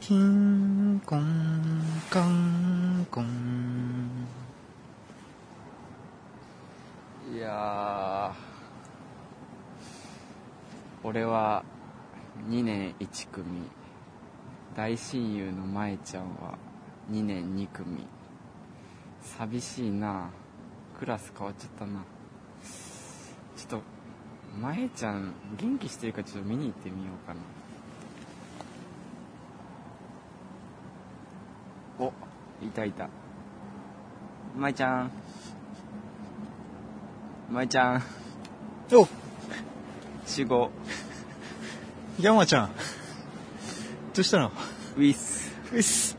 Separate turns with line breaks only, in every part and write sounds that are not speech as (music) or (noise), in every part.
キンコンカンコン
いやー俺は2年1組大親友の舞ちゃんは2年2組寂しいなクラス変わっちゃったなちょっと舞ちゃん元気してるかちょっと見に行ってみようかなおいたいた舞ちゃん舞ちゃん
お
集合
山ちゃんどうしたの
ウィス
うっす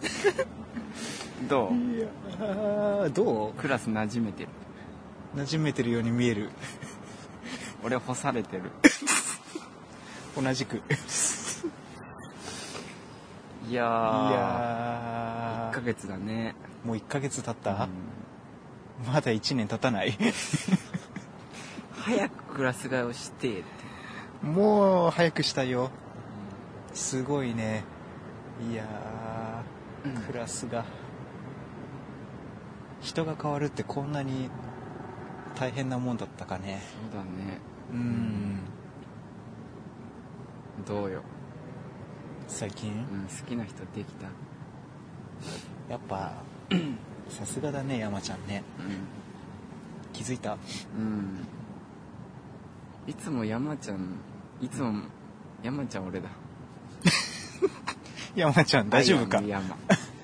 どう
いやーど
クラス馴染めてる
う馴染めてるように見える
俺干されてる
同じくい
いやー1
や
ヶ月だね
ーもう1ヶ月経った、
うん
まだ1年経たない
早くクラス替えをしてって
もう早くしたよすごいねいやー、クラスが人が変わるってこんなに大変なもんだったかね
そうだね
うん
どうよ、
最近
うん、好きな人できた
やっ
(clears throat)
ぱさすがだね山ちゃんね
う
気づいた
ん、うん、いつも山ちゃんいつも山ちゃん俺だ
山ちゃん大丈夫か
アイアム山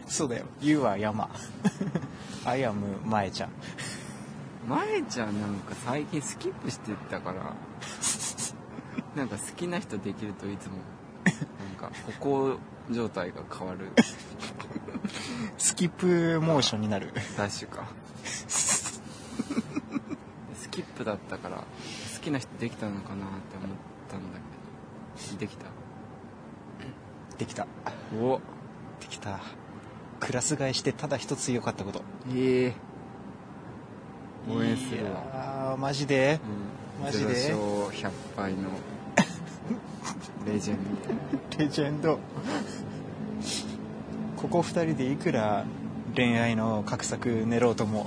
そうだよ You は山 (laughs) I am 前ちゃん
前ちゃんなんか最近スキップしてった (laughs) からなんか好きな人できるといつもなんか歩行状態が変わる
スキップモーションになる
ダッシュかスキップだったから好きな人できたのかなって思ったんだけどできた
できた
お
できたクラス替えしてただ一つ良かったこと
ええ応援するわ
いやーマジで
うん
マジで
0勝100敗のレジェンド
レジェンドここ2人でいくら恋愛の画策練ろうとも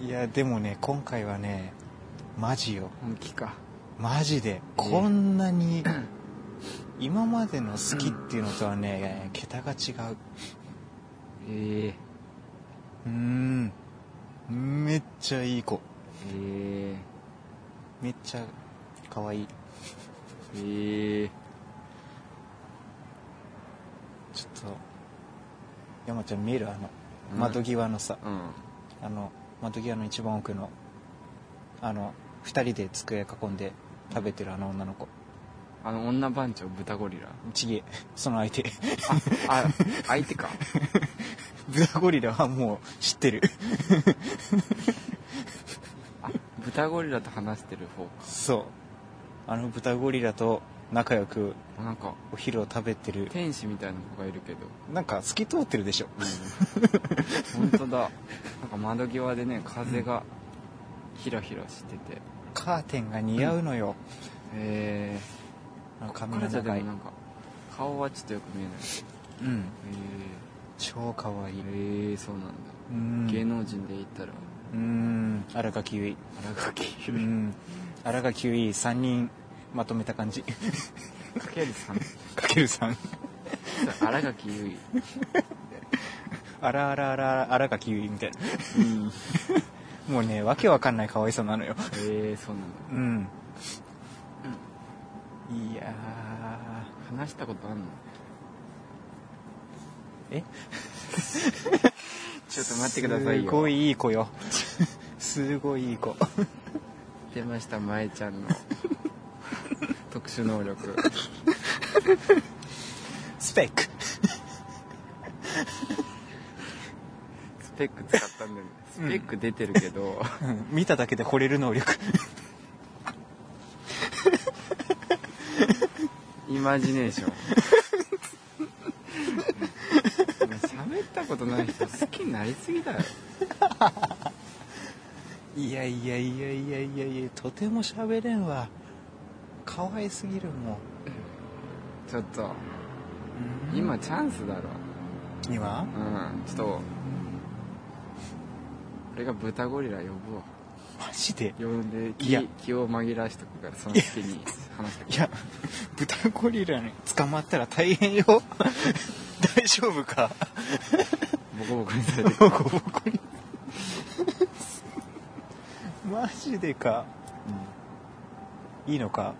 いやでもね今回はねマジよ
本気か
マジでこんなに今までの好きっていうのとはね桁が違う
ええ
うーんめっちゃいい子
え
めっちゃ可愛い
えええ
ちょっと山ちゃん見えるあの
うん
窓際のさ、
うん
あの窓際の一番奥のあの2人で机囲んで食べてるあの女の子
あの女番長豚ゴリラ
ちげえ (laughs) その相手
あ相手か
豚ゴリラはもう知ってる (laughs)
あ豚ゴリラと話してる方か
そうあの豚ゴリラと仲良く
あなんか
お昼を食べてる
天使みたいな子がいるけど
なんか透き通ってるでしょ
本当だなんか窓際でね風がひらひらしてて
カーテンが似合うのよ、
え
あの
ー、
髪
彼
の
女でも
長い
なんか顔はちょっとよく見えない
うん
え
超可愛い
ー、えー、そうなんだ、
うん
芸能人で言ったら
うん荒垣結
荒垣
衣うん荒垣結衣3人まとめた感じ (laughs)
かけるさん
かける3
荒垣結
あらあらあらあらがきみたいな
衣うん
もうねわけわかんない可愛さなのよ
えー、そうなんだ
うんいや
話したことあんの
ーえ
(laughs) ちょっと待ってくださいよ
すごいいい子
(laughs)
よすごいいい子
出ましたまえちゃんの特殊能力
スペック
スペック使ったんだよねスペック出てるけど、
うん見ただけで惚れる能力
イマジネーション喋ったことない人好きになりすぎだよ
いやいやいやいやいやいやとても喋れんわ可愛すぎるもん
ちょっと今チャンスだろ
今
うんちょっと俺が豚ゴリラ呼ぶわ
マジで
呼んで
いや
気気を紛らわしとくからその時に話してく
い
る
や (laughs) 豚ゴリラに捕まったら大変よ (laughs) 大丈夫か
ボコボコにされて
ボコボコに (laughs) マジでかいいのか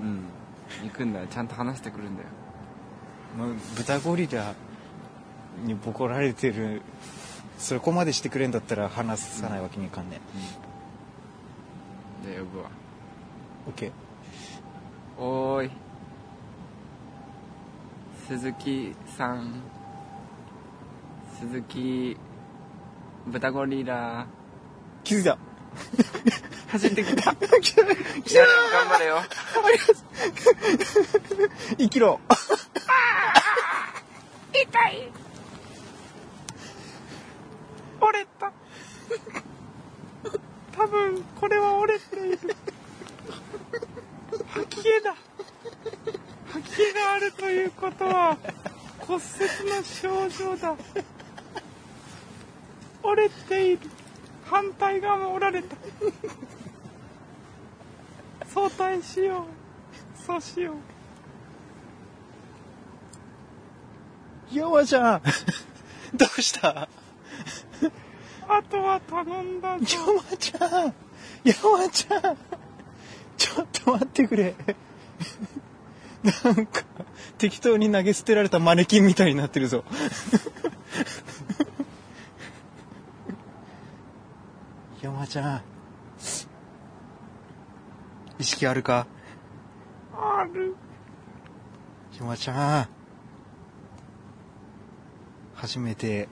うん、うん、行くんだよちゃんと話してくるんだよ
もう豚ゴリラにボコられてるそこまでしてくれんだったら話さないわけにいかんね
じゃあ呼ぶわ
OK
おーい鈴木さん鈴木豚ゴリラ
気づいた
走ってきたやれ
来た
頑張れよ
生き (laughs) ろ
折れた多分これは折れている吐き気だ吐き気があるということは骨折の症状だ折れている反対側も折られた早退しようそうしよう
ヨワちゃん (laughs) どうした
あとは頼んだぞ
ヨワちゃんヨワちゃんちょっと待ってくれなんか適当に投げ捨てられたマネキンみたいになってるぞヨワちゃん意識あるか
ある
ヨワちゃん初めて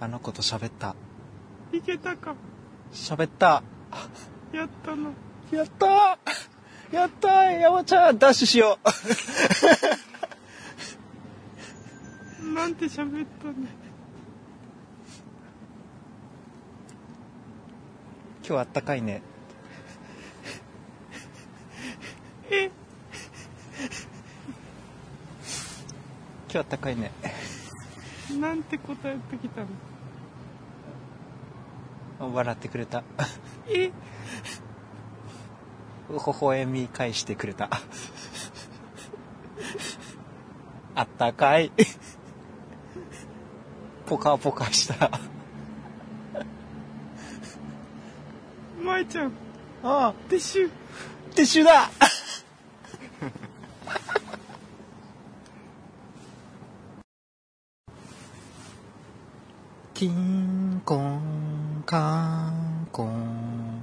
あの子と喋った
いけたか
喋った
やったな
やったーやったー山ちゃんダッシュしよう
なんて喋ったね
今日あったかいね
え
今日あったかいね
なんて答えてきたの
笑ってくれた
え
微笑み返してくれたあったかいポカポカしたあ
まえちゃん
あ
ティッシュ
ティッシュだキンコンカンコン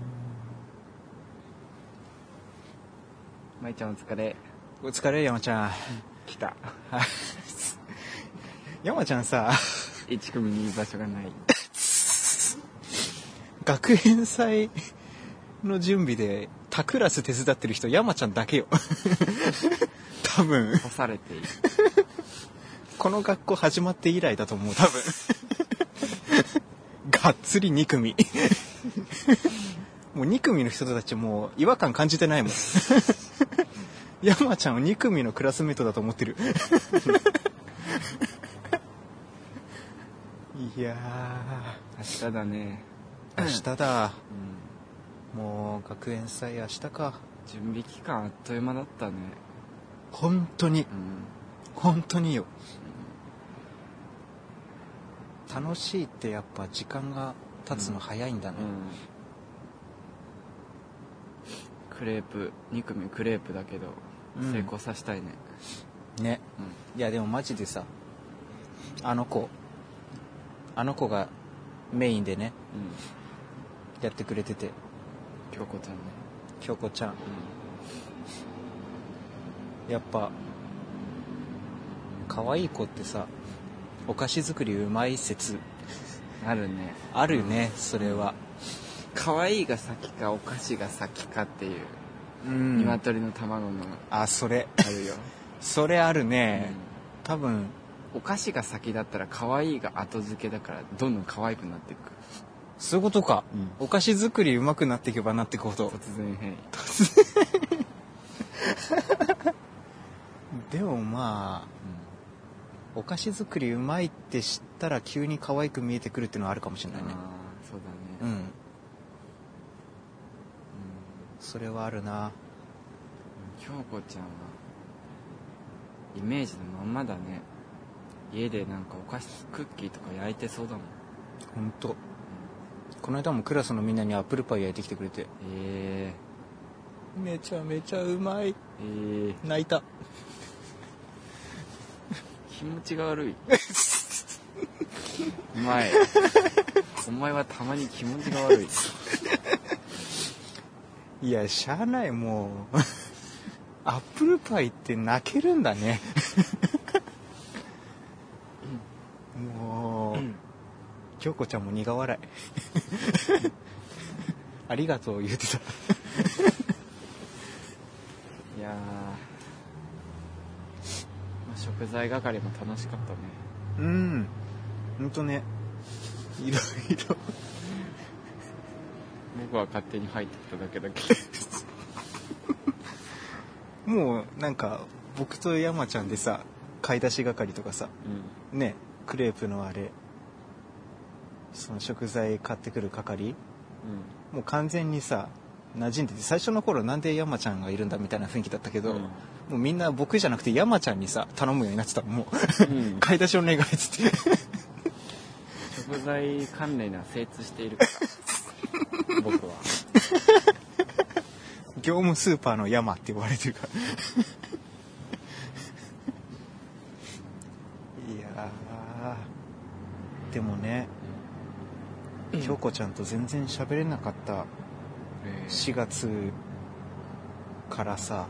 舞ちゃんお疲れ
お疲れ山ちゃん
来た
山ちゃんさ
1組に居場所がない
学園祭の準備で他クラス手伝ってる人山ちゃんだけよ (laughs) 多分
干されている
この学校始まって以来だと思う多分 (laughs) がっつり2組 (laughs) もう2組の人たちもう違和感感じてないもん (laughs) 山ちゃんを2組のクラスメートだと思ってる (laughs) いや
明日だね、
ー明日だ
うん、
もう学園祭明日か
準備期間あっという間だったね
本当に
うん
本当によ楽しいってやっぱ時間が経つの早いんだね、
うんクレープ2組クレープだけど
うん
成功させたいね
ね
うん、
いやでもマジでさあの子あの子がメインでね
うん、
やってくれてて
京子ちゃんね、
京子ちゃん
う
やっぱ可愛い子ってさお菓子作りうまい説
ん、あるね
あるよね、それは
可愛いが先かお菓子が先かっていう、
うん
鶏の卵の
あそれ
ある (laughs) よ、
それあるね、多分
うんお菓子が先だったら可愛いが後付けだからどんどん可愛くなっていく、
そういうことか、
うん
お菓子作りうまくなっていけばなっていくほど
突然変異
もまあお菓子作りうまいって知ったら急に可愛く見えてくるっていうのはあるかもしれ
あ
ないね
ーそうだね
う
うん
んそれはあるな
京子ちゃんはイメージのまんまだね家でなんかお菓子クッキーとか焼いてそうだもん、
本当。この間もクラスのみんなにアップルパイ焼いてきてくれて
え
めちゃめちゃうまい
ー、えー、
泣いた
気持ちが悪いお前お前はたまに気持ちが悪い
いやしゃあないもう (laughs) アップルパイって泣けるんだねもう、京子ちゃんも苦笑い (laughs) ありがとう言ってた
いやー、まあ、食材係も楽しかったね
うんほんとねいろいろ
僕は勝手に入ってきただけだけど
もうなんか僕と山ちゃんでさ買い出し係とかさ
うん
ねクレープのあれその食材買ってくる係もう完全にさ馴染んでて最初の頃なんで山ちゃんがいるんだみたいな雰囲気だったけど、
うん
もうみんな僕じゃなくて山ちゃんにさ頼むようになってたもんもう
うん、うん、
買い出しお願いっつ
(laughs)
って
食材関連には精通しているから僕は
業務スーパーの山って言われてるからいやーでもね京子ちゃんと全然喋れなかった
えー
4月からさ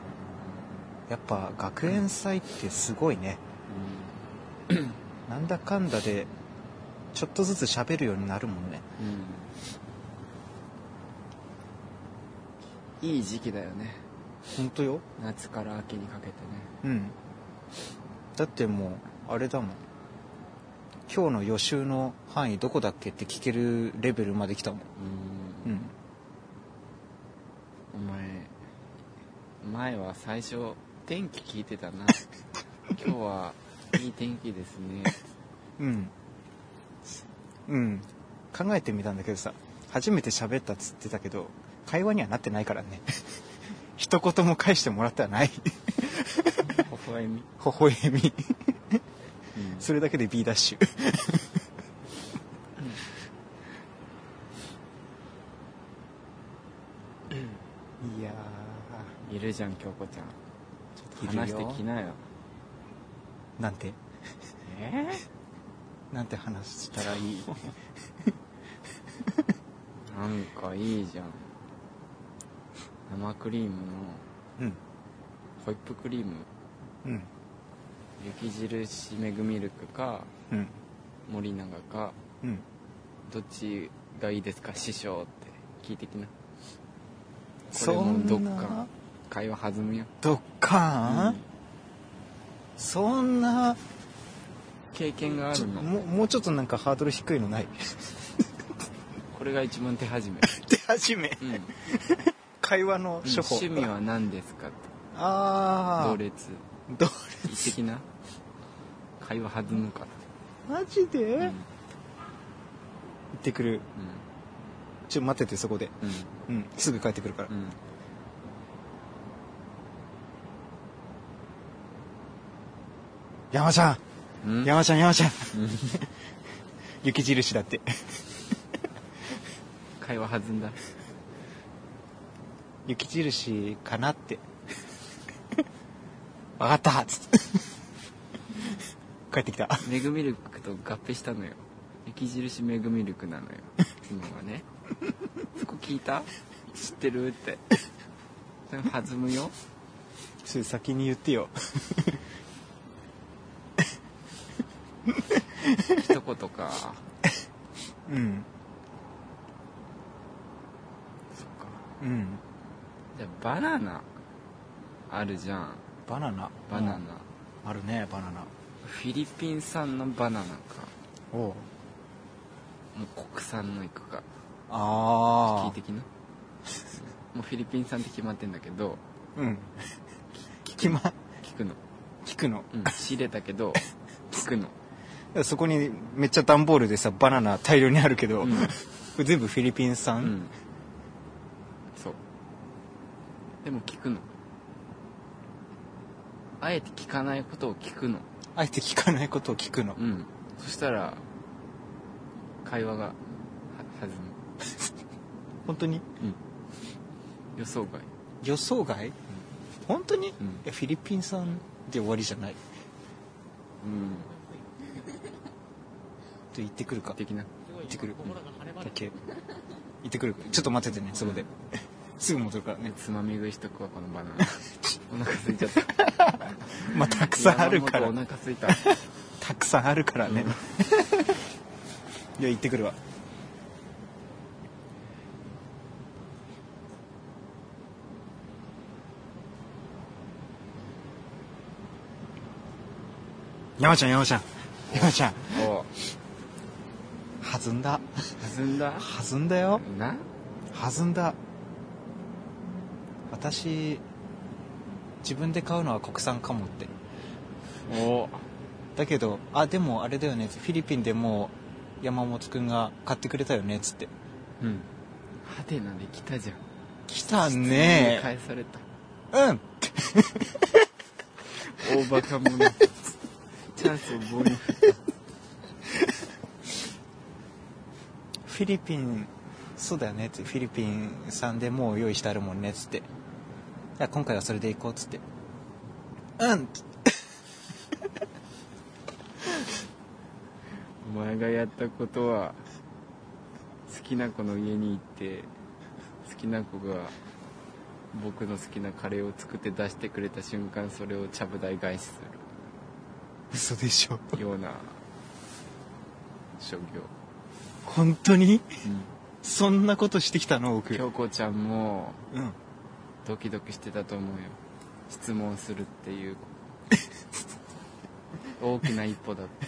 やっぱ学園祭ってすごいね、なんだかんだでちょっとずつ喋るようになるもんね
うんうんいい時期だよね
本当よ
夏から秋にかけてね
うんだってもうあれだもん今日の予習の範囲どこだっけって聞けるレベルまで来たもん
う
うんん
お前前は最初天気聞いてたな (laughs) 今日はいい天気ですね
うんうん考えてみたんだけどさ初めて喋ったっつってたけど会話にはなってないからね (laughs) 一言も返してもらってはない (laughs)
微笑み、
微笑み
うん
それだけで B ダッシュいや
いるじゃん京子ちゃん
ーいるよ
話してきなよ
なんて
え
なんて話したらい (laughs) い
なんかいいじゃん生クリームの
うん
ホイップクリーム
うん
雪印メグミルクか
うん
森永か
うん
どっちがいいですか師匠って聞いてきなこれ
そ
も
ん
う
な
どっか会話弾むよ
ドッカーン、
うん
そんな
経験があ
ちょ
るの
もうもうちょっとなんかハードル低いのない
これが一番手始
(laughs)
め、
手始め
うん、
会話の処方
趣味は何ですか
ああ
同列
どれ
的な会話弾むから、
マジで、
うん
行ってくるちょっと待っててそこで
うん
うんすぐ帰ってくるから、
うん
山ちゃん
うん
山ちゃん山ちゃん
うん
(laughs) 雪印だって (laughs)
会話弾んだ
雪印かなって
(laughs)
分かったっ (laughs) つって帰ってきた
メグミルクと合併したのよ雪印メグミルクなの
(laughs)
よ今はねそこ聞いた知ってるってそれ弾むよ
それ先に言ってよ
一言かそっか
うんうん
じゃあバナナあるじゃん
バナナ
バナナ、
うんあるねバナナ
フィリピン産のバナナか
おう
もう国産のいくか
ああ
聞い
(laughs)
てきな (laughs) もうフィリピン産って決まってんだけど
うん聞きま
聞くの
聞くの
うん、仕入れた
(laughs)
けど聞くの、
そこにめっちゃ段ボールでさバナナ大量にあるけど、こ
うん
れ全部フィリピン
う
産、
ん、そうでも聞くのあえて聞かないことを聞くの
あえて聞かないことを聞くの、
うんそしたら会話がは弾む
本当に
予想外
予想外、本当に、
うん
いやフィリピン産で終わりじゃないと
うん
言ってくるか
的な
行ってくる、うん、OK 行ってくるちょっと待っててねそ (laughs) こで、すぐ戻るからね
つまみ食いしとくわこの
(laughs)
バナナお腹すいちゃった
まあたくさんあるか
山
ら
本お腹すいた
(laughs) たくさんあるから (laughs) ね、いや行ってくるわ山ちゃん山ちゃん山ちゃん
お
弾んだ
弾んだ
弾んだよ
な
弾んだ私自分で買うのは国産かもって
お
だけどあでもあれだよねフィリピンでもう山本君が買ってくれたよねっつって
うんハテナで来たじゃん
来た
え
ね
返された
うん
大バ
(laughs)
カ者チャンスを棒に振っ
フィリピンそうだよねってフィリピンさんでもう用意してあるもんねっつっていや今回はそれで行こうっつってうん
お前がやったことは好きな子の家に行って好きな子が僕の好きなカレーを作って出してくれた瞬間それをちゃぶ台返しす
嘘でしょ
るような商業
本当に
うん
そんなことしてきたの僕
京子ちゃんも
うん
ドキドキしてたと思うよ質問するって (laughs) いう大きな一歩だった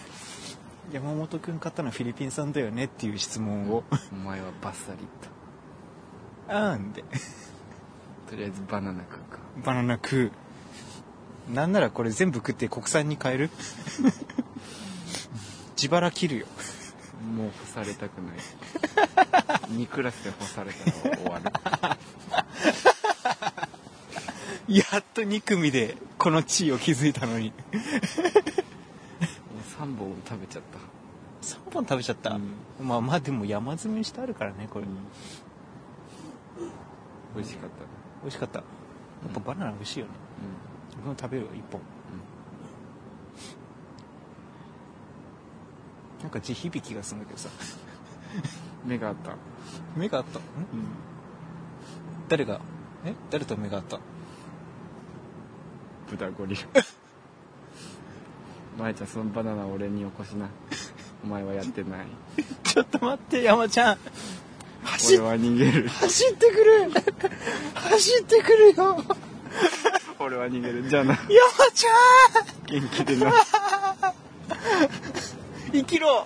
山本君買ったのはフィリピン産だよねっていう質問を
お前はバッサリと
うんで
とりあえずバナナ食うか
バナナ食うなんならこれ全部食って国産に変え (laughs) る自腹切るよ
もう干されたく
(laughs)
ない二クラスで干されたら終わる
やっと2組でこの地位を築いたのに
もう3本食べちゃっ、
3本食べちゃったた、まあまあでも山積みしてあるからねこれ、
美味しかった、
美味しかったやっぱバナナ美味しいよね自分も食べるよ1本なんか地響きがするんだけどさ
うん、目があった、
目があったん誰がえ誰と目があった
豚
(laughs)
ゴリラまえちゃんそのバナナ俺に起こしなお前はやっ
(laughs)
てない
ちょっと待って山ちゃん走
俺
っ
は逃
(laughs)
げる
走ってくる走ってくるよ山
俺は逃げるじゃあな
ちゃ
元気でなん
生きろ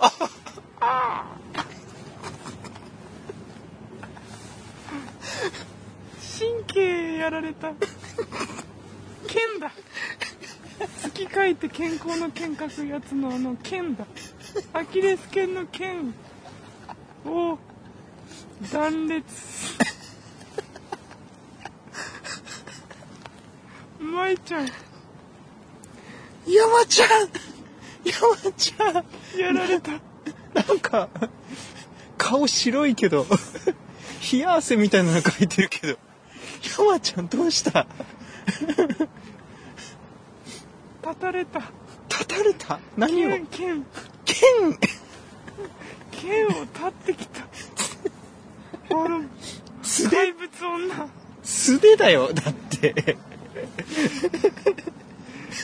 神経やられた剣だ好き書いて健康の剣書くやつのあの剣だアキレス腱の剣を断裂舞ちゃん
山ちゃん山ちゃん
(laughs) やられた
なんか顔白いけど冷や汗みたいなの書いてるけど山ちゃんどうした
立たれた
立たれた何を
剣剣
剣
剣を立ってきたあの
素手
怪物女
素手だよだって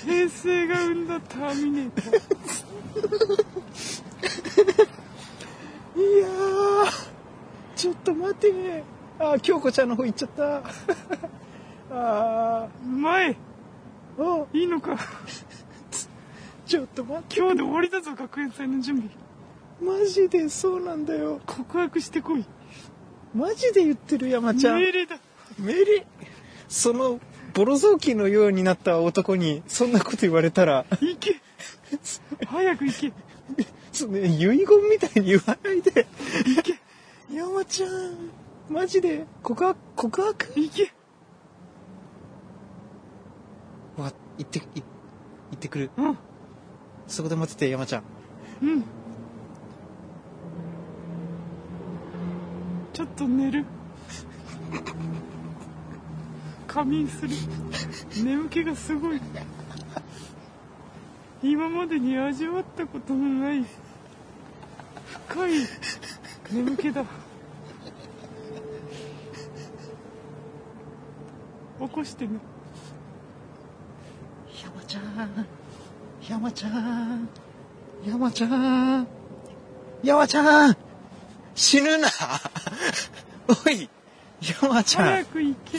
平成が生んだターミネーター
いやーちょっと待ってねあー京子ちゃんの方行っちゃった (laughs) あー
前
あ
いいのか
ちょっと待って
今日で終わりだぞ学園祭の準備
マジでそうなんだよ
告白してこい
マジで言ってる山ちゃん
命令だ
メリそのボロ雑巾のようになった男にそんなこと言われたら
行け早く行け
その遺言みたいに言わないで山ちゃんマジで告白告白
行け
わ行ってい行ってくる
うん
そこで待ってて山ちゃん
うんちょっと寝る仮眠する眠気がすごい今までに味わったことのない深い眠気だ起こしてね
山ちゃん山ちゃん山ちゃん山ちゃん死ぬな (laughs) おい山ちゃ
早
ん
く行け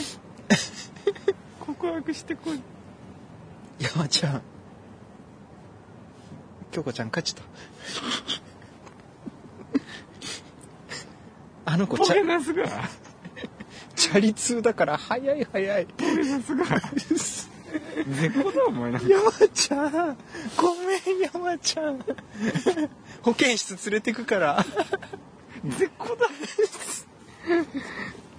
告白してこい
山ちゃん京子ちゃん帰っち
(laughs)
ゃったあの子
ポ
チ
ケ
ャ
ナスが
チャリ通だから早い早い
ポケナスが
絶好だお前なんか
山ちゃんごめん山ちゃん保健室連れてくから
絶好だ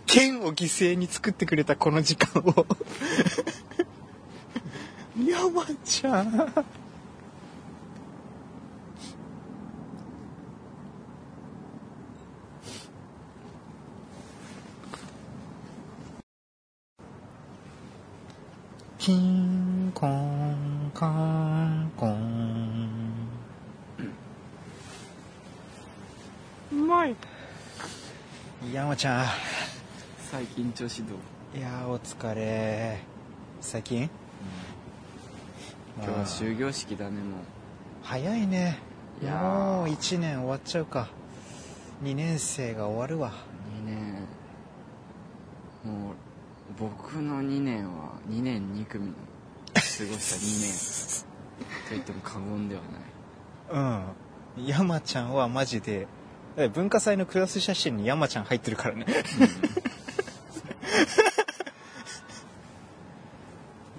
剣を犠牲に作ってくれたこの時間を山ちゃんキンコンカンコン
うまい
山ちゃん
最近調子どう
いやーお疲れ最近、
今
ま
日
あ
は終業式だねもう
早いね
いやー
もう1年終わっちゃうか2年生が終わるわ
2年もう僕の2年は2年2組の過ごした2年と言っても過言ではな
う
い
ん山ちゃんはマジでえ文化祭のクラス写真に山ちゃん入ってるからね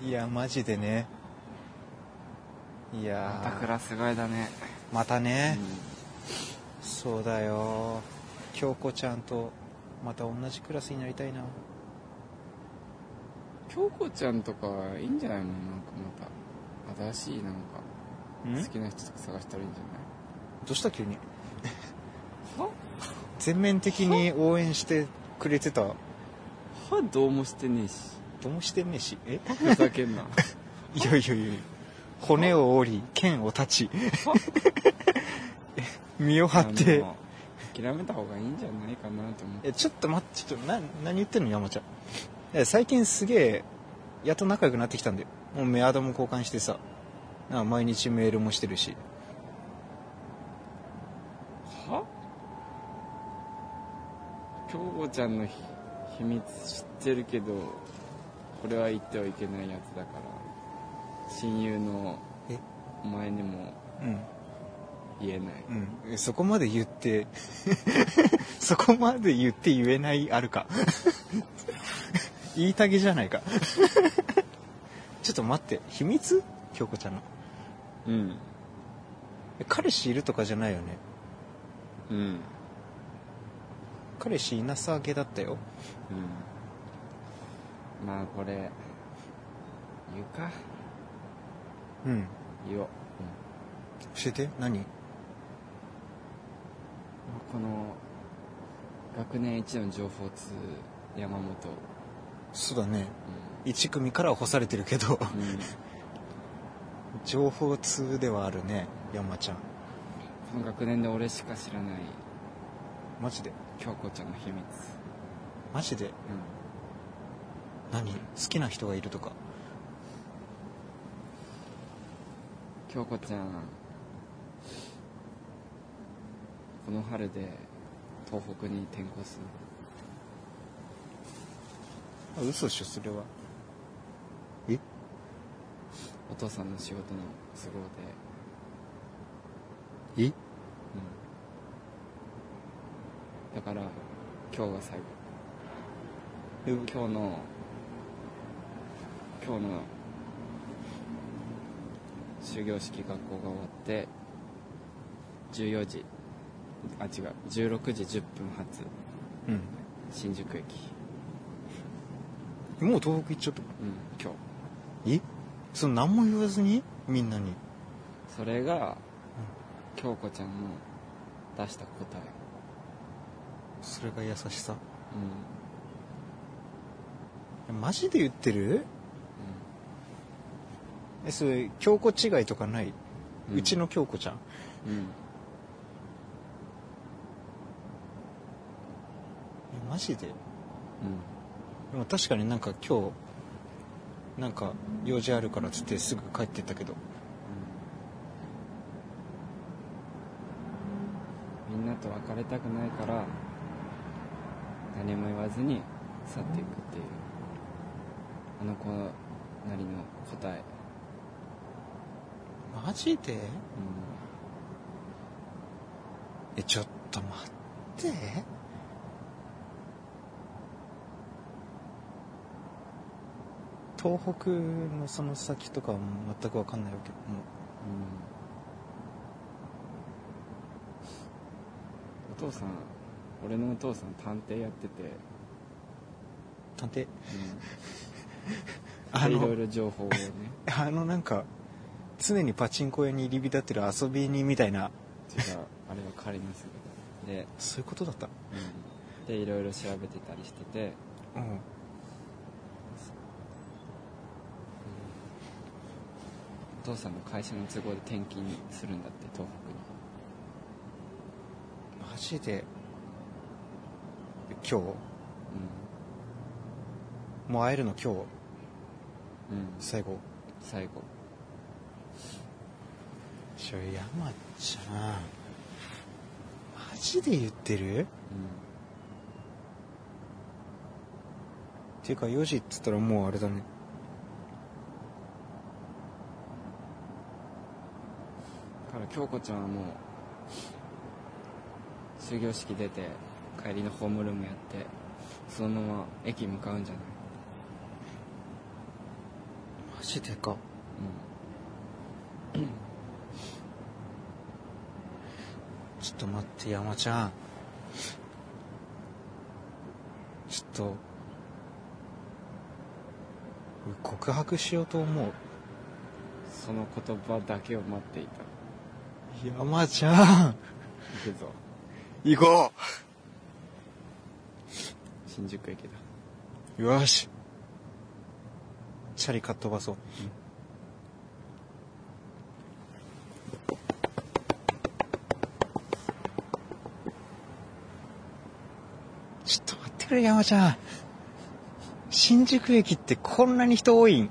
いやマジでねいや
ま
ー
たクラス替えだね、
また
うん
ね、そうだよ京子ちゃんとまた同じクラスになりたいな
京子ちゃんとかいいんじゃないのなんかまた新しいなんか
ん
好きな人とか探したらいいんじゃない
どうした急に
は
全面的に応援してくれてた
歯どうもしてねえし
どうしてねえしえ
ふざけんな
いやいやいや骨を折り剣を断ち (laughs) 身を張って
あの諦めた方がいいんじゃないかなと思って
えちょっと待ってちょっとな何言ってんの山ちゃんえ最近すげえやっと仲良くなってきたんだよもうメアドも交換してさな毎日メールもしてるし
は京子ちゃんのひ秘密知ってるけどこれは言ってはいけないやつだから親友の
え
お前にも
うん
言えない
うんえそこまで言って (laughs) そこまで言って言えないあるか (laughs) 言いたげじゃないか (laughs) ちょっと待って秘密京子ちゃんの
うん
え彼氏いるとかじゃないよね
うんうん
彼氏いなさげだったよ
まあこれ言うか
うん
言おう、
教えて何
この学年一の情報通山本、
そうだね1組からは干されてるけど (laughs)
うんうん
情報通ではあるね山ちゃん
この学年で俺しか知らない
マジで
京子ちゃんの秘密
マジで
う
何好きな人がいるとか
ん京子ちゃんこの春で東北に転校する
あ嘘っしょそれはえ
お父さんの仕事の都合で、
え
うん、だから今日が最後今日の今日の終業式学校が終わって14時あ違う16時10分発
うん
新宿駅
もう東北行っちゃった
うん今日
えその何も言わずにみんなに
それが京子ちゃんの出した答え
それが優しさ
うん、うん、
マジで言ってるえそれ京子違いとかない、う
うん
ちの京子ちゃん
うん
えマジで
うん
でも確かになんか今日なんか用事あるからっつってすぐ帰ってったけど
みんなと別れたくないから何も言わずに去っていくっていうあの子なりの答え、
マジで
う
えちょっと待って東北のその先とかは全く分かんないわけも
んお父さん俺のお父さん探偵やってて、
う探偵
う
あ
ん、でいろ
の
いろ情報をね
あのなんか常にパチンコ屋に入り浸ってる遊び人みたいな
違うあれは彼の姿で、
そういうことだった
うん、でいろいろ調べてたりしてて
うん
お父さんの会社の都合で転勤するんだって東北に
マジで今日もう会えるの今日
うん、うん、
最後
最後
ちょ山ちゃんマジで言ってる
う
っていうか4時っつったらもうあれだね
んだから京子ちゃんはもう終業式出て帰りのホームルームやってそのまま駅向かうんじゃない
マジでかちょっと待って山ちゃんちょっと告白しようと思う
うんその言葉だけを待っていた
山ちゃん
行くぞ
行こ
新宿駅だ
うよしチャリかっ飛ばそうちょっと待ってくれ山ちゃん新宿駅ってこんなに人多いん
う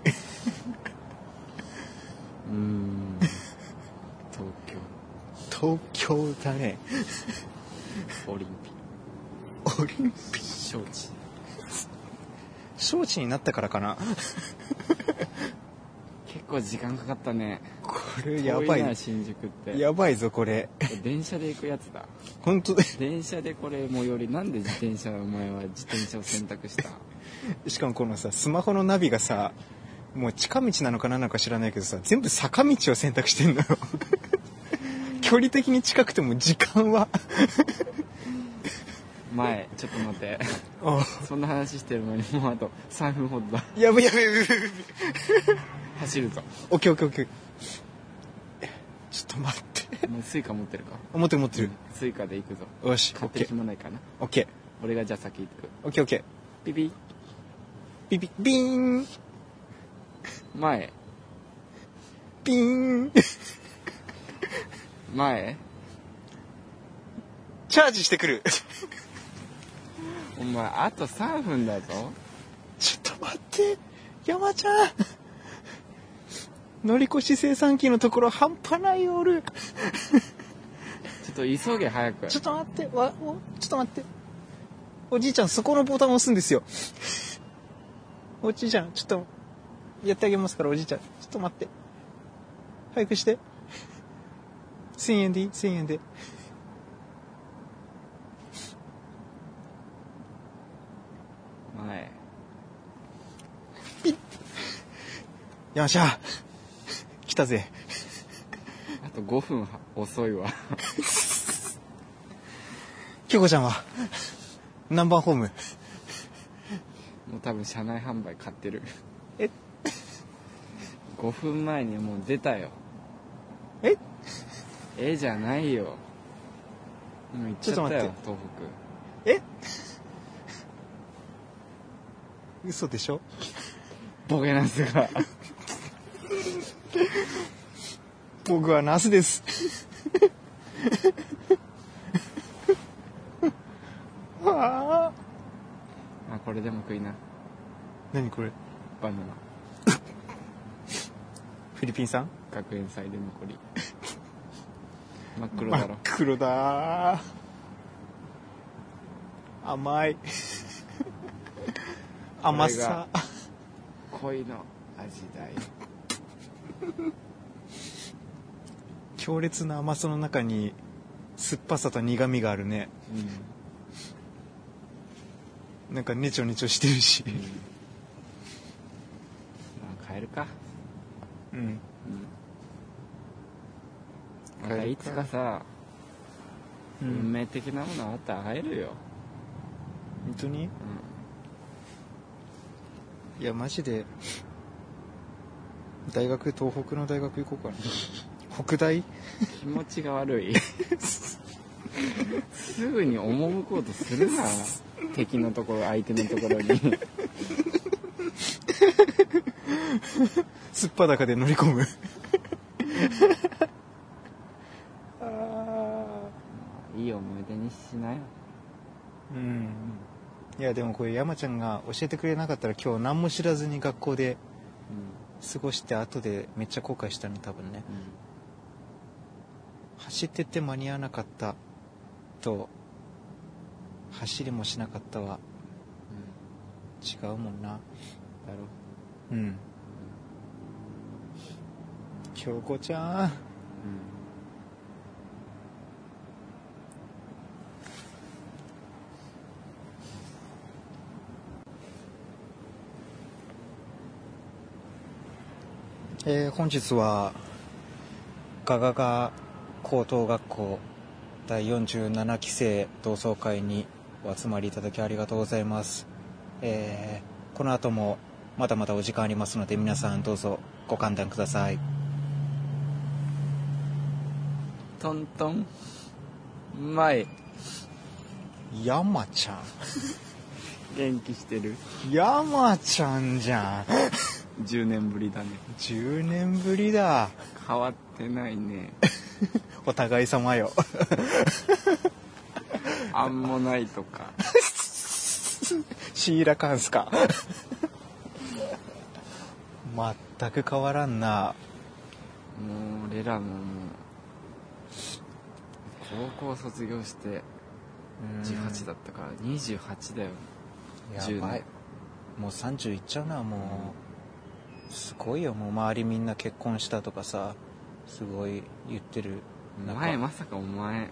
ーん東
東京だね
京オリンピッ
オリン
ク招致
招致になったからかな
結構時間かかったね
これやば
遠ない新宿って
やばいぞこれ
電車で行くやつだ
本当だ
電車でこれ最寄りなんで自転車お前は自転車を選択した
しかもこのさスマホのナビがさもう近道なのか何なのか知らないけどさ全部坂道を選択してんの
(laughs)
よ距離的に近くても時間は
前ちょっと待って
あ
そんな話してるのにもうあと3分ほどだ
やべやべやべやべやべ
走るぞ
オッケーオッケーオッケーちょっと待って
お前スイカ持ってるか
持ってる持ってる
スイカで行くぞ
よしオ
買
ッ
っ
ケ
て
ー
暇ないかな
オッケー
俺がじゃあ先行く
オッケーオッケー
ピピ
ビビビーン
前
ビーン
前
チャージしてくる
お前あと3分だぞ
ちょっと待って山ちゃん (laughs) 乗り越し生産機のところ半端ないオール
ちょっと急げ早く
ちょっと待ってわおちょっと待っておじいちゃんそこのボタン押すんですよ (laughs) おじいちゃんちょっとやってあげますからおじいちゃんちょっと待って早くして1000円でいい1000円で
前
山ちゃん (laughs) 来たぜ
あと5分は遅いわ
京子ちゃんは何番ホーム
もう多分車内販売買ってる
え
5分前にはもう出たよ
え
えじゃないよ今行っちゃったよ
ちょっと待っ
東
て
北
え嘘でしょ
ボケナスが
僕はナスです (laughs) ああ
あこれでも食いな
何これ
バナナ
フィリピン産
学園祭で残り (laughs) 真っ黒
真
だ
っ
ろ
黒だ甘 (laughs) い甘さ
恋の味だよ
強烈な甘さの中に酸っぱさと苦みがあるね
う
なんかネチョネチョしてるし
ん、うんまあ、帰るか
うん
うんなんかいつかさ、
うん
運命的なものはあったら会えるよ、
本当にいやマジで大学東北の大学行こ (laughs) うかな北大
気持ちが悪 (laughs) いすぐに赴こうとするな敵のところ相手のところ (laughs) に
すっぱだかで乗り込 (laughs) む
いい思い出にしなよ
うんいやでもこれ山ちゃんが教えてくれなかったら今日何も知らずに学校で
う
過ごして後でめっちゃ後悔したね多分ね
んうん
走ってって間に合わなかったと走りもしなかったは違うもんな
だろ
うん京子ちゃんえー本日はガガガ高等学校第47期生同窓会にお集まりいただきありがとうございます、えーこの後もまだまだお時間ありますので皆さんどうぞご勘弁ください
トントン前
山ちゃ
元気してる
ん山ちゃんじゃん
10年ぶりだね
10年ぶりだ
変わってない
(laughs)
ね
お互い様よ
アンモナイトか
シーラカンスか (laughs) 全く変わらんな
もう俺らももう高校卒業して
うん
18だったから28だよ
やばいもう30いっちゃうなもうすごいよもう周りみんな結婚したとかさすごい言ってるなんか
前まさかお前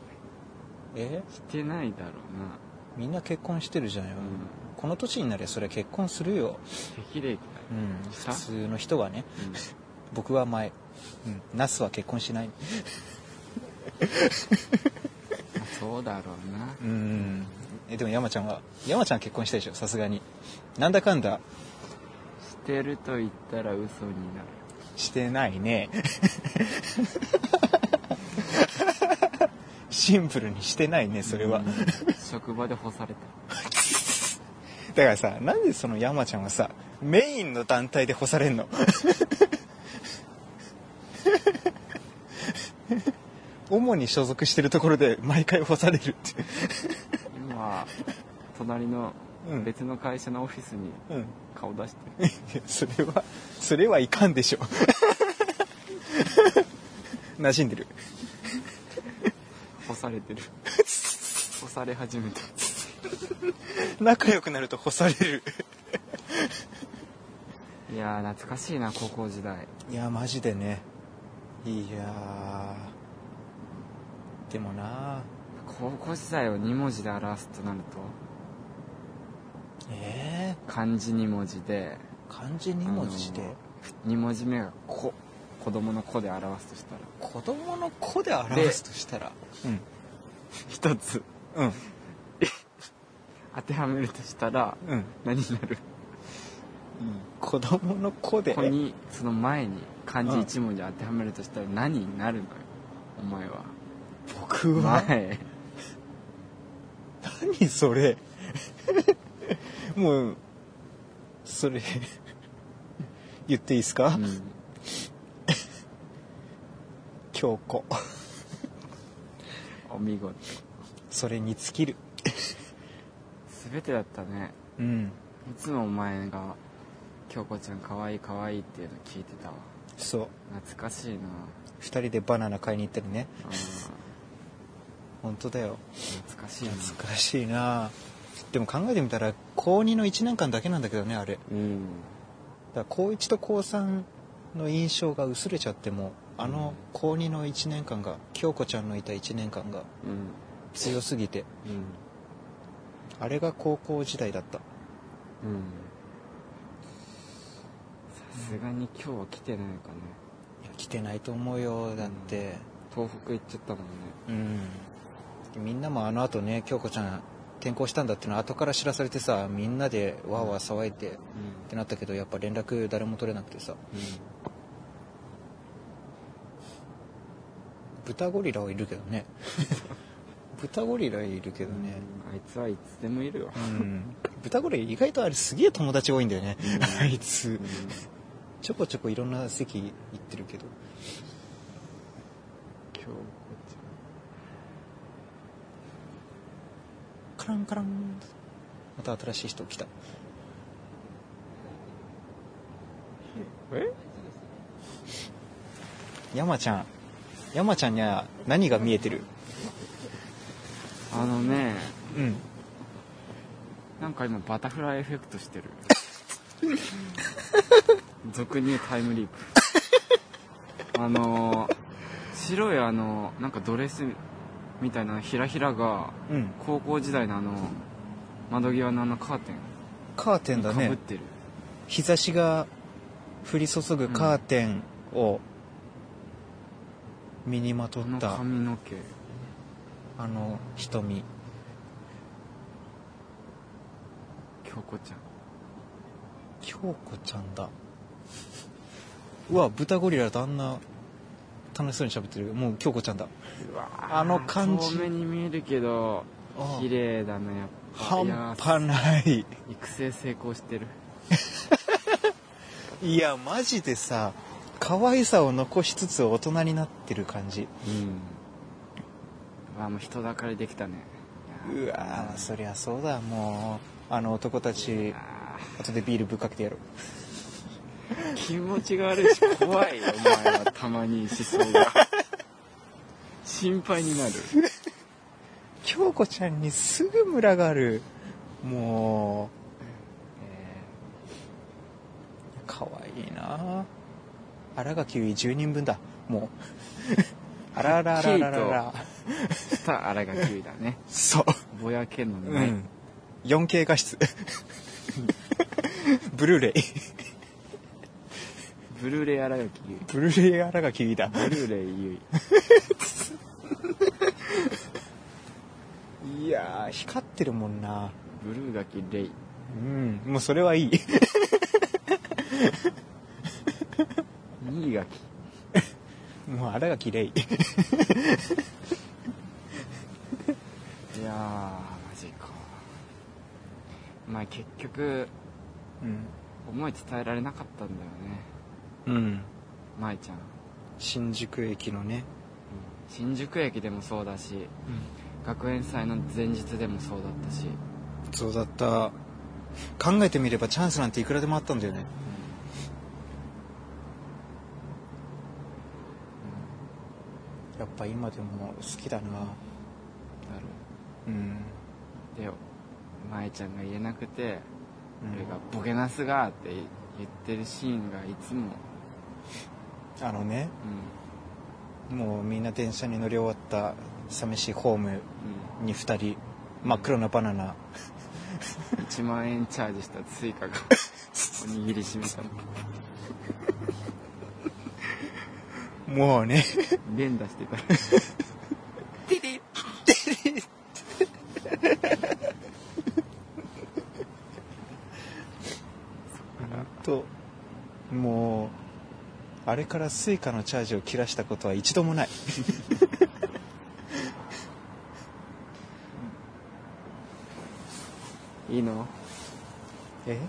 え
してないだろうな
みんな結婚してるじゃんよ、
うん
この年になりゃそれ結婚するよ、
適齢期
(laughs) うん、
した
普通の人はね
だよ、
僕は前、うん、ナスは結婚しない
うんまあそうだろうな
うんえでも山ちゃんは山ちゃんは結婚したでしょさすがになんだかんだ
してると言ったら嘘に
(laughs)
なる
してないね (laughs) シンプルにしてないねそれは、
うん職場で干された
だからさなんでその山ちゃんはさメインの団体で干されんの (laughs) 主に所属してるところで毎回干されるって
今隣の
うん
別の会社のオフィスに
うん
顔出してる
いやそれはそれはいかんでしょ (laughs) 馴染んでる
干さ
(laughs)
れてる干され始めた
仲良くなると干される
いやー懐かしいな高校時代
いやマジでねいやーでもな
高校時代を2文字で表すとなる
え
と漢字2文字で
ー、漢字2文字で
あの2文字目が「子」子供の「子」で表すとしたら
子供の子で表すとしたらうん
一つ
うん
当てはめるとしたら
うん
何になる
子供の子で
ここにその前に漢字
うん
一文字当てはめるとしたら何になるのよお前は
僕は
前
何それもうそれ言っていいですか、
(laughs) うん
強子
お見事
それに尽きる
全てだったね
うん
いつもお前が「京子ちゃんかわいいかわいい」っていうの聞いてたわ
そう
懐かしいな
2人でバナナ買いに行ったりね
あー
本当だよ
懐かしいな
懐かしいなでも考えてみたら高2の1年間だけなんだけどねあれだか
うん
ら高1と高3の印象が薄れちゃってもあの高2の1年間が京子ちゃんのいた1年間が
うん
強すぎて
うん
あれが高校時代だった
うんさすがに今日は来てないかね
いや来てないと思うよだって
東北行っちゃったもんね
うん、みんなもあのあとね京子ちゃん転校したんだってのは後から知らされてさみんなでわーわー騒いでってなったけどやっぱ連絡誰も取れなくてさ
うん、
豚ゴリラはいるけど (laughs) ね豚ゴリラいるけどね
あいつはいつでもいるよ
う、ん豚ゴリラ意外とあれすげえ友達多いんだよね (laughs) あいつちょこちょこいろんな席行ってるけど
京子ち
カランカランまた新しい人来た
ゃんえ
山ちゃん山ちゃんには何が見えてる
あのね
うん
なんか今バタフライエフェクトし
(laughs)
てる俗に言うタイムリープあのー白いあのなんかドレスみたいなひらひらが
うん
高校時代のあの窓際のあのカーテン
カーテンだ
かぶっ
ね
てる、
日差しが降り注ぐカーテンを身にまと
こ
っ
の
た
髪の毛
あの瞳
京子ちゃん
京子ちゃんだうわ豚ゴリラとあんな楽しそうに喋ってるもう京子ちゃんだ
うわー
あの感じ
遠目に見えるけど
ああ
綺麗だねやっぱ
半
いやー
端ない
育成成功してる
いやマジでさ可愛さを残しつつ大人になってる感じ
うんうわもう人だかりできたね
うわーそりゃそうだもうあの男たち
あ
後でビールぶっかけてやろう
ー気持ちが悪いし怖いよお前はたまに思想が心配になる
京子ちゃんにすぐムラがあるもう可愛いな新垣結衣10人分だ (laughs) もうあらららららら
下荒が9位だね
そう、
ぼやけの
う
ない、
ん、4K 画質 (laughs) ブルーレイ
ブルーレイ荒が9位
ブルーレイ新垣結衣
ブルーレイ優
だいやー光ってるもんな
位ブルーガキレイ
うんもうそれはいい
2位ガキ
もう新垣結衣
いやーマジかまあ結局
うん
思い伝えられなかったんだよね
うん
舞ちゃん、うん
新宿駅のね、
新宿駅でもそうだし学園祭の前日でもそうだったし、
そうだった考えてみればチャンスなんていくらでもあったんだよねやっぱ今でも好きだな
だろ
うん
うで舞ちゃんが言えなくて
うん
俺が「ボケなすが」って言ってるシーンがいつも、
あのねもうみんな電車に乗り終わった寂しいホーム
う
に2人真っ黒なバナナ (laughs)
んうん、1万円チャージした追加がおにぎりしめたの
もうね。
連打してたら
と、もう、あれからスイカのチャージを切らしたことは一度もない。
いいの
え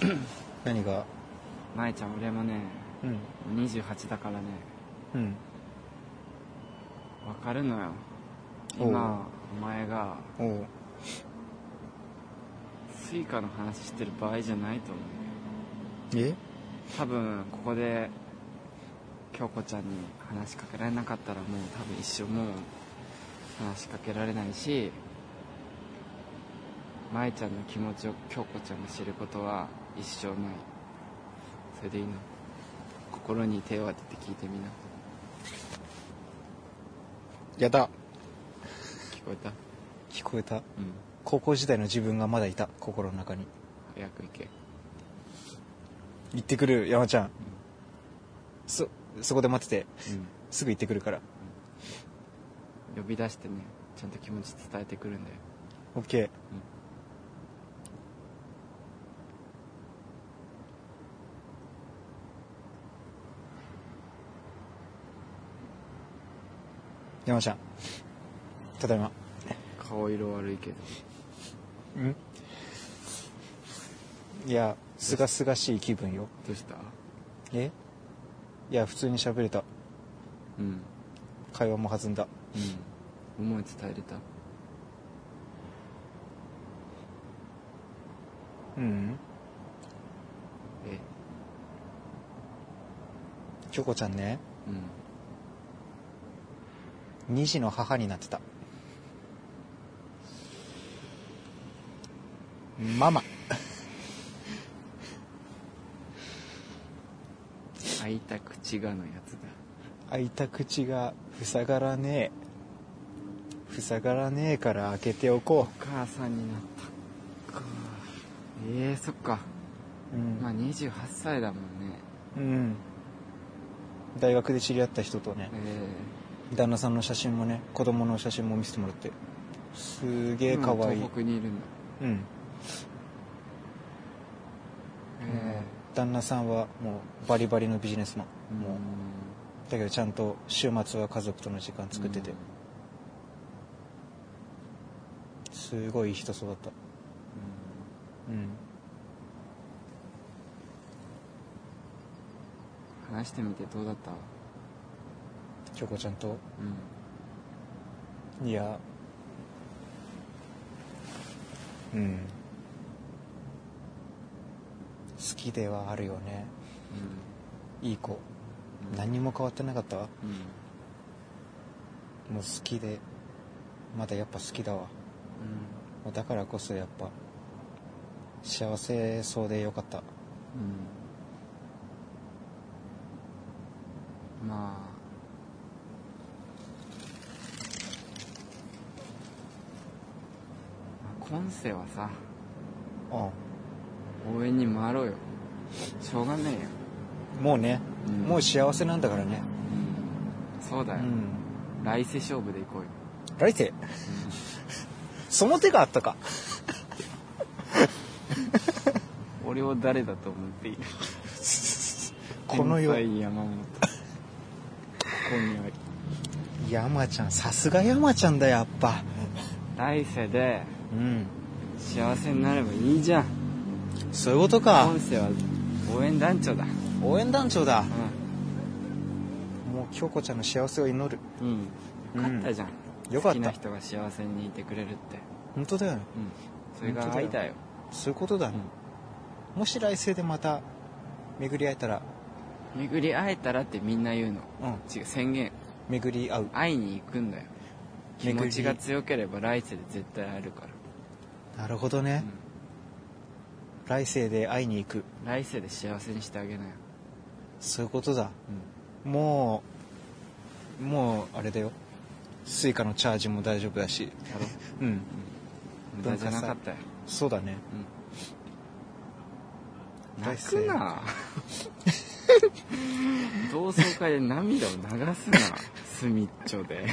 (clears throat) 何が
舞ちゃん俺もね
うん。
28だからね
うん。
わかるのよ
おう
今お前が
おう。
スイカの話してる場合じゃないと思う
え
多分ここで京子ちゃんに話しかけられなかったらもう多分一生もう話しかけられないし舞ちゃんの気持ちを京子ちゃんが知ることは一生ないそれでいいの心に手を当てて聞いてみな
やだ。
聞こえた
聞こえた。
うん
高校時代の自分がまだいた、心の中に。
早く行け
行ってくる、山ちゃん。そ、そこで待ってて。
うん
すぐ行ってくるから。
呼び出してねちゃんと気持ち伝えてくるんだよ
オッケー。山ちゃん。ただいま。
顔色悪いけど
んいや、すがすがしい気分よ。
どうした
えいや、普通に喋れた。
うん
会話も弾んだ。
うん思い伝えれた
うん。
え
京子ちゃんね、
うん
2児の母になってた。ママ。
開いた口がのやつだ
開いた口が塞がらねえ塞がらねえから開けておこ
お母さんになったかえー、そっか
ううん、
まあ28歳だもんね
うん大学で知り合った人とね
え
旦那さんの写真もね子供の写真も見せてもらってすげえ
ー、
かわいい
今東北にいるんだ
うん、
え
旦那さんはもうバリバリのビジネスマ
ー、
ンもうだけどちゃんと週末は家族との時間作ってて
うん
すごいいい人そうだったうん
うん話してみてどうだった
京子ちゃんと
うん
いやうん好きではあるよねいい子
うん
何にも変わってなかったわ
うん
もう好きでまだやっぱ好きだわもうだからこそやっぱ幸せそうでよかった
うん、うん、まあまあ今世はさ
あ
応援に回ろうよしょうがねえよ、
あもうね、
うん
もう幸せなんだからね
うん、そうだ
う
よ、
ん
来世勝負で行こうよ、
来世その手があったか
うん俺を誰だと思っている
この世
天才山本今夜は
山ちゃんさすが山ちゃんだやっぱ
来世で
うん
幸せになればいいじゃん
そういうことか
今世は応援団長だ
応援団長だもう京子ちゃんの幸せを祈る
うん、うん、よかったじゃん、
よかっ
好き
た
な人が幸せにいてくれるって
本当だよね
うんそれが愛だよ
そういうことだね、もし来世でまた巡り会えたら
巡り会えたらってみんな言うの
うん
違う宣言
巡り会う
会いに行くんだよ気
巡り
持ちが強ければ来世で絶対会えるから、
なるほどね、来世で会いに行く
うん来世で幸せにしてあげなよ、
そういうことだもうもうあれだよスイカのチャージも大丈夫だし
やろう
うん
無駄じゃなかったよ、
そうだね
うん、
来
泣 (laughs)
世
くなどう同窓会で涙を流すな隅っちょで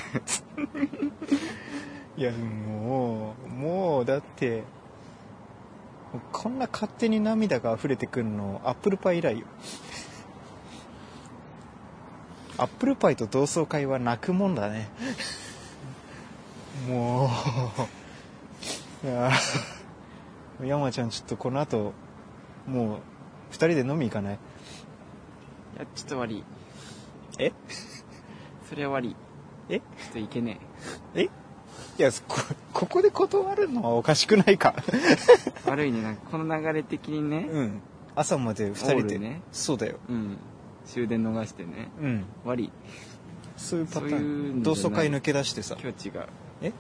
いやでももうもうだってこんな勝手に涙が溢れてくるのアップルパイ以来よアップルパイと同窓会は泣くもんだねもういや山ちゃんちょっとこの後もう2人で飲み行かない
いやちょっと悪い
え
それは悪い
え
ちょっといけね
えいやこここで断るのはおかしくないか
え悪いねなんかこの流れ的にね
うん朝まで2
オー
人で
ルね
そうだよ
うん終電逃してね
うん
悪い
そういうパター
そういう
ン
の
同
じゃ
窓
ない
会抜け出してさ
今日違う
え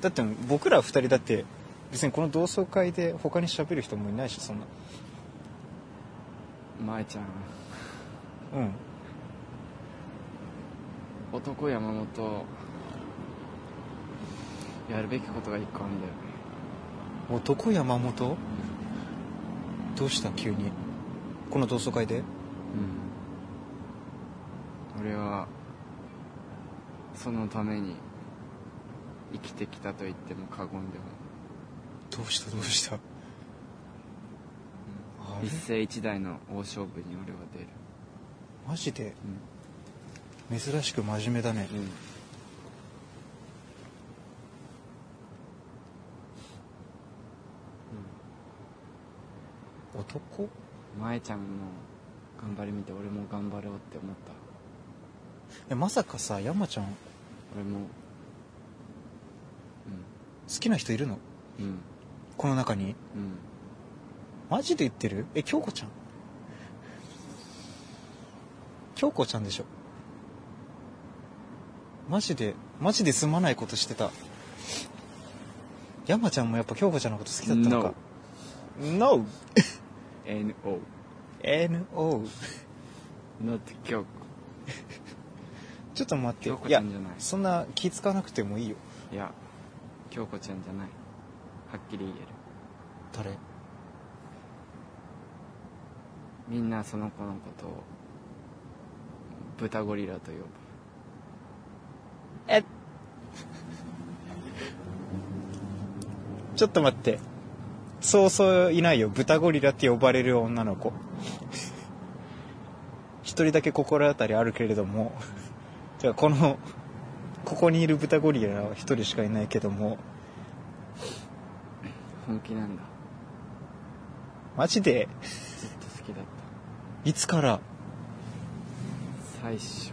だって僕ら2人だって別にこの同窓会で他に喋る人もいないしそんな
まえちゃん
うん
男山本やるべきことが一個あるんだよ
男山本どうした急にこの同窓会で
うん俺はそのために生きてきたと言っても過言でも
どうしたどうしたあれ
一世一代の大勝負に俺は出る
マジで
うん
珍しく真面目だね
うん
男
前ちゃんの頑張り見て俺も頑張ろうって思った
えまさかさ山ちゃん好
俺も
きな人いるの
うんうん
この中に
うん
マジで言ってるえ京子ちゃん京子ちゃんでしょマジでマジですまないことしてた山ちゃんもやっぱ京子ちゃんのこと好きだったのか NO
NO
NO
not 京子
ちょっと待って
京子
い
ちゃ
や
んじゃない
そんな気使わなくてもいいよ
いや京子ちゃんじゃないはっきり言える
誰
みんなその子のことを豚ゴリラと呼ぶ
えちょっと待ってそうそういないよ豚ゴリラって呼ばれる女の子一人だけ心当たりあるけれどもじゃあこのここにいる豚ゴリラは一人しかいないけども
本気なんだ
マジで
ずっと好きだった
いつから
最初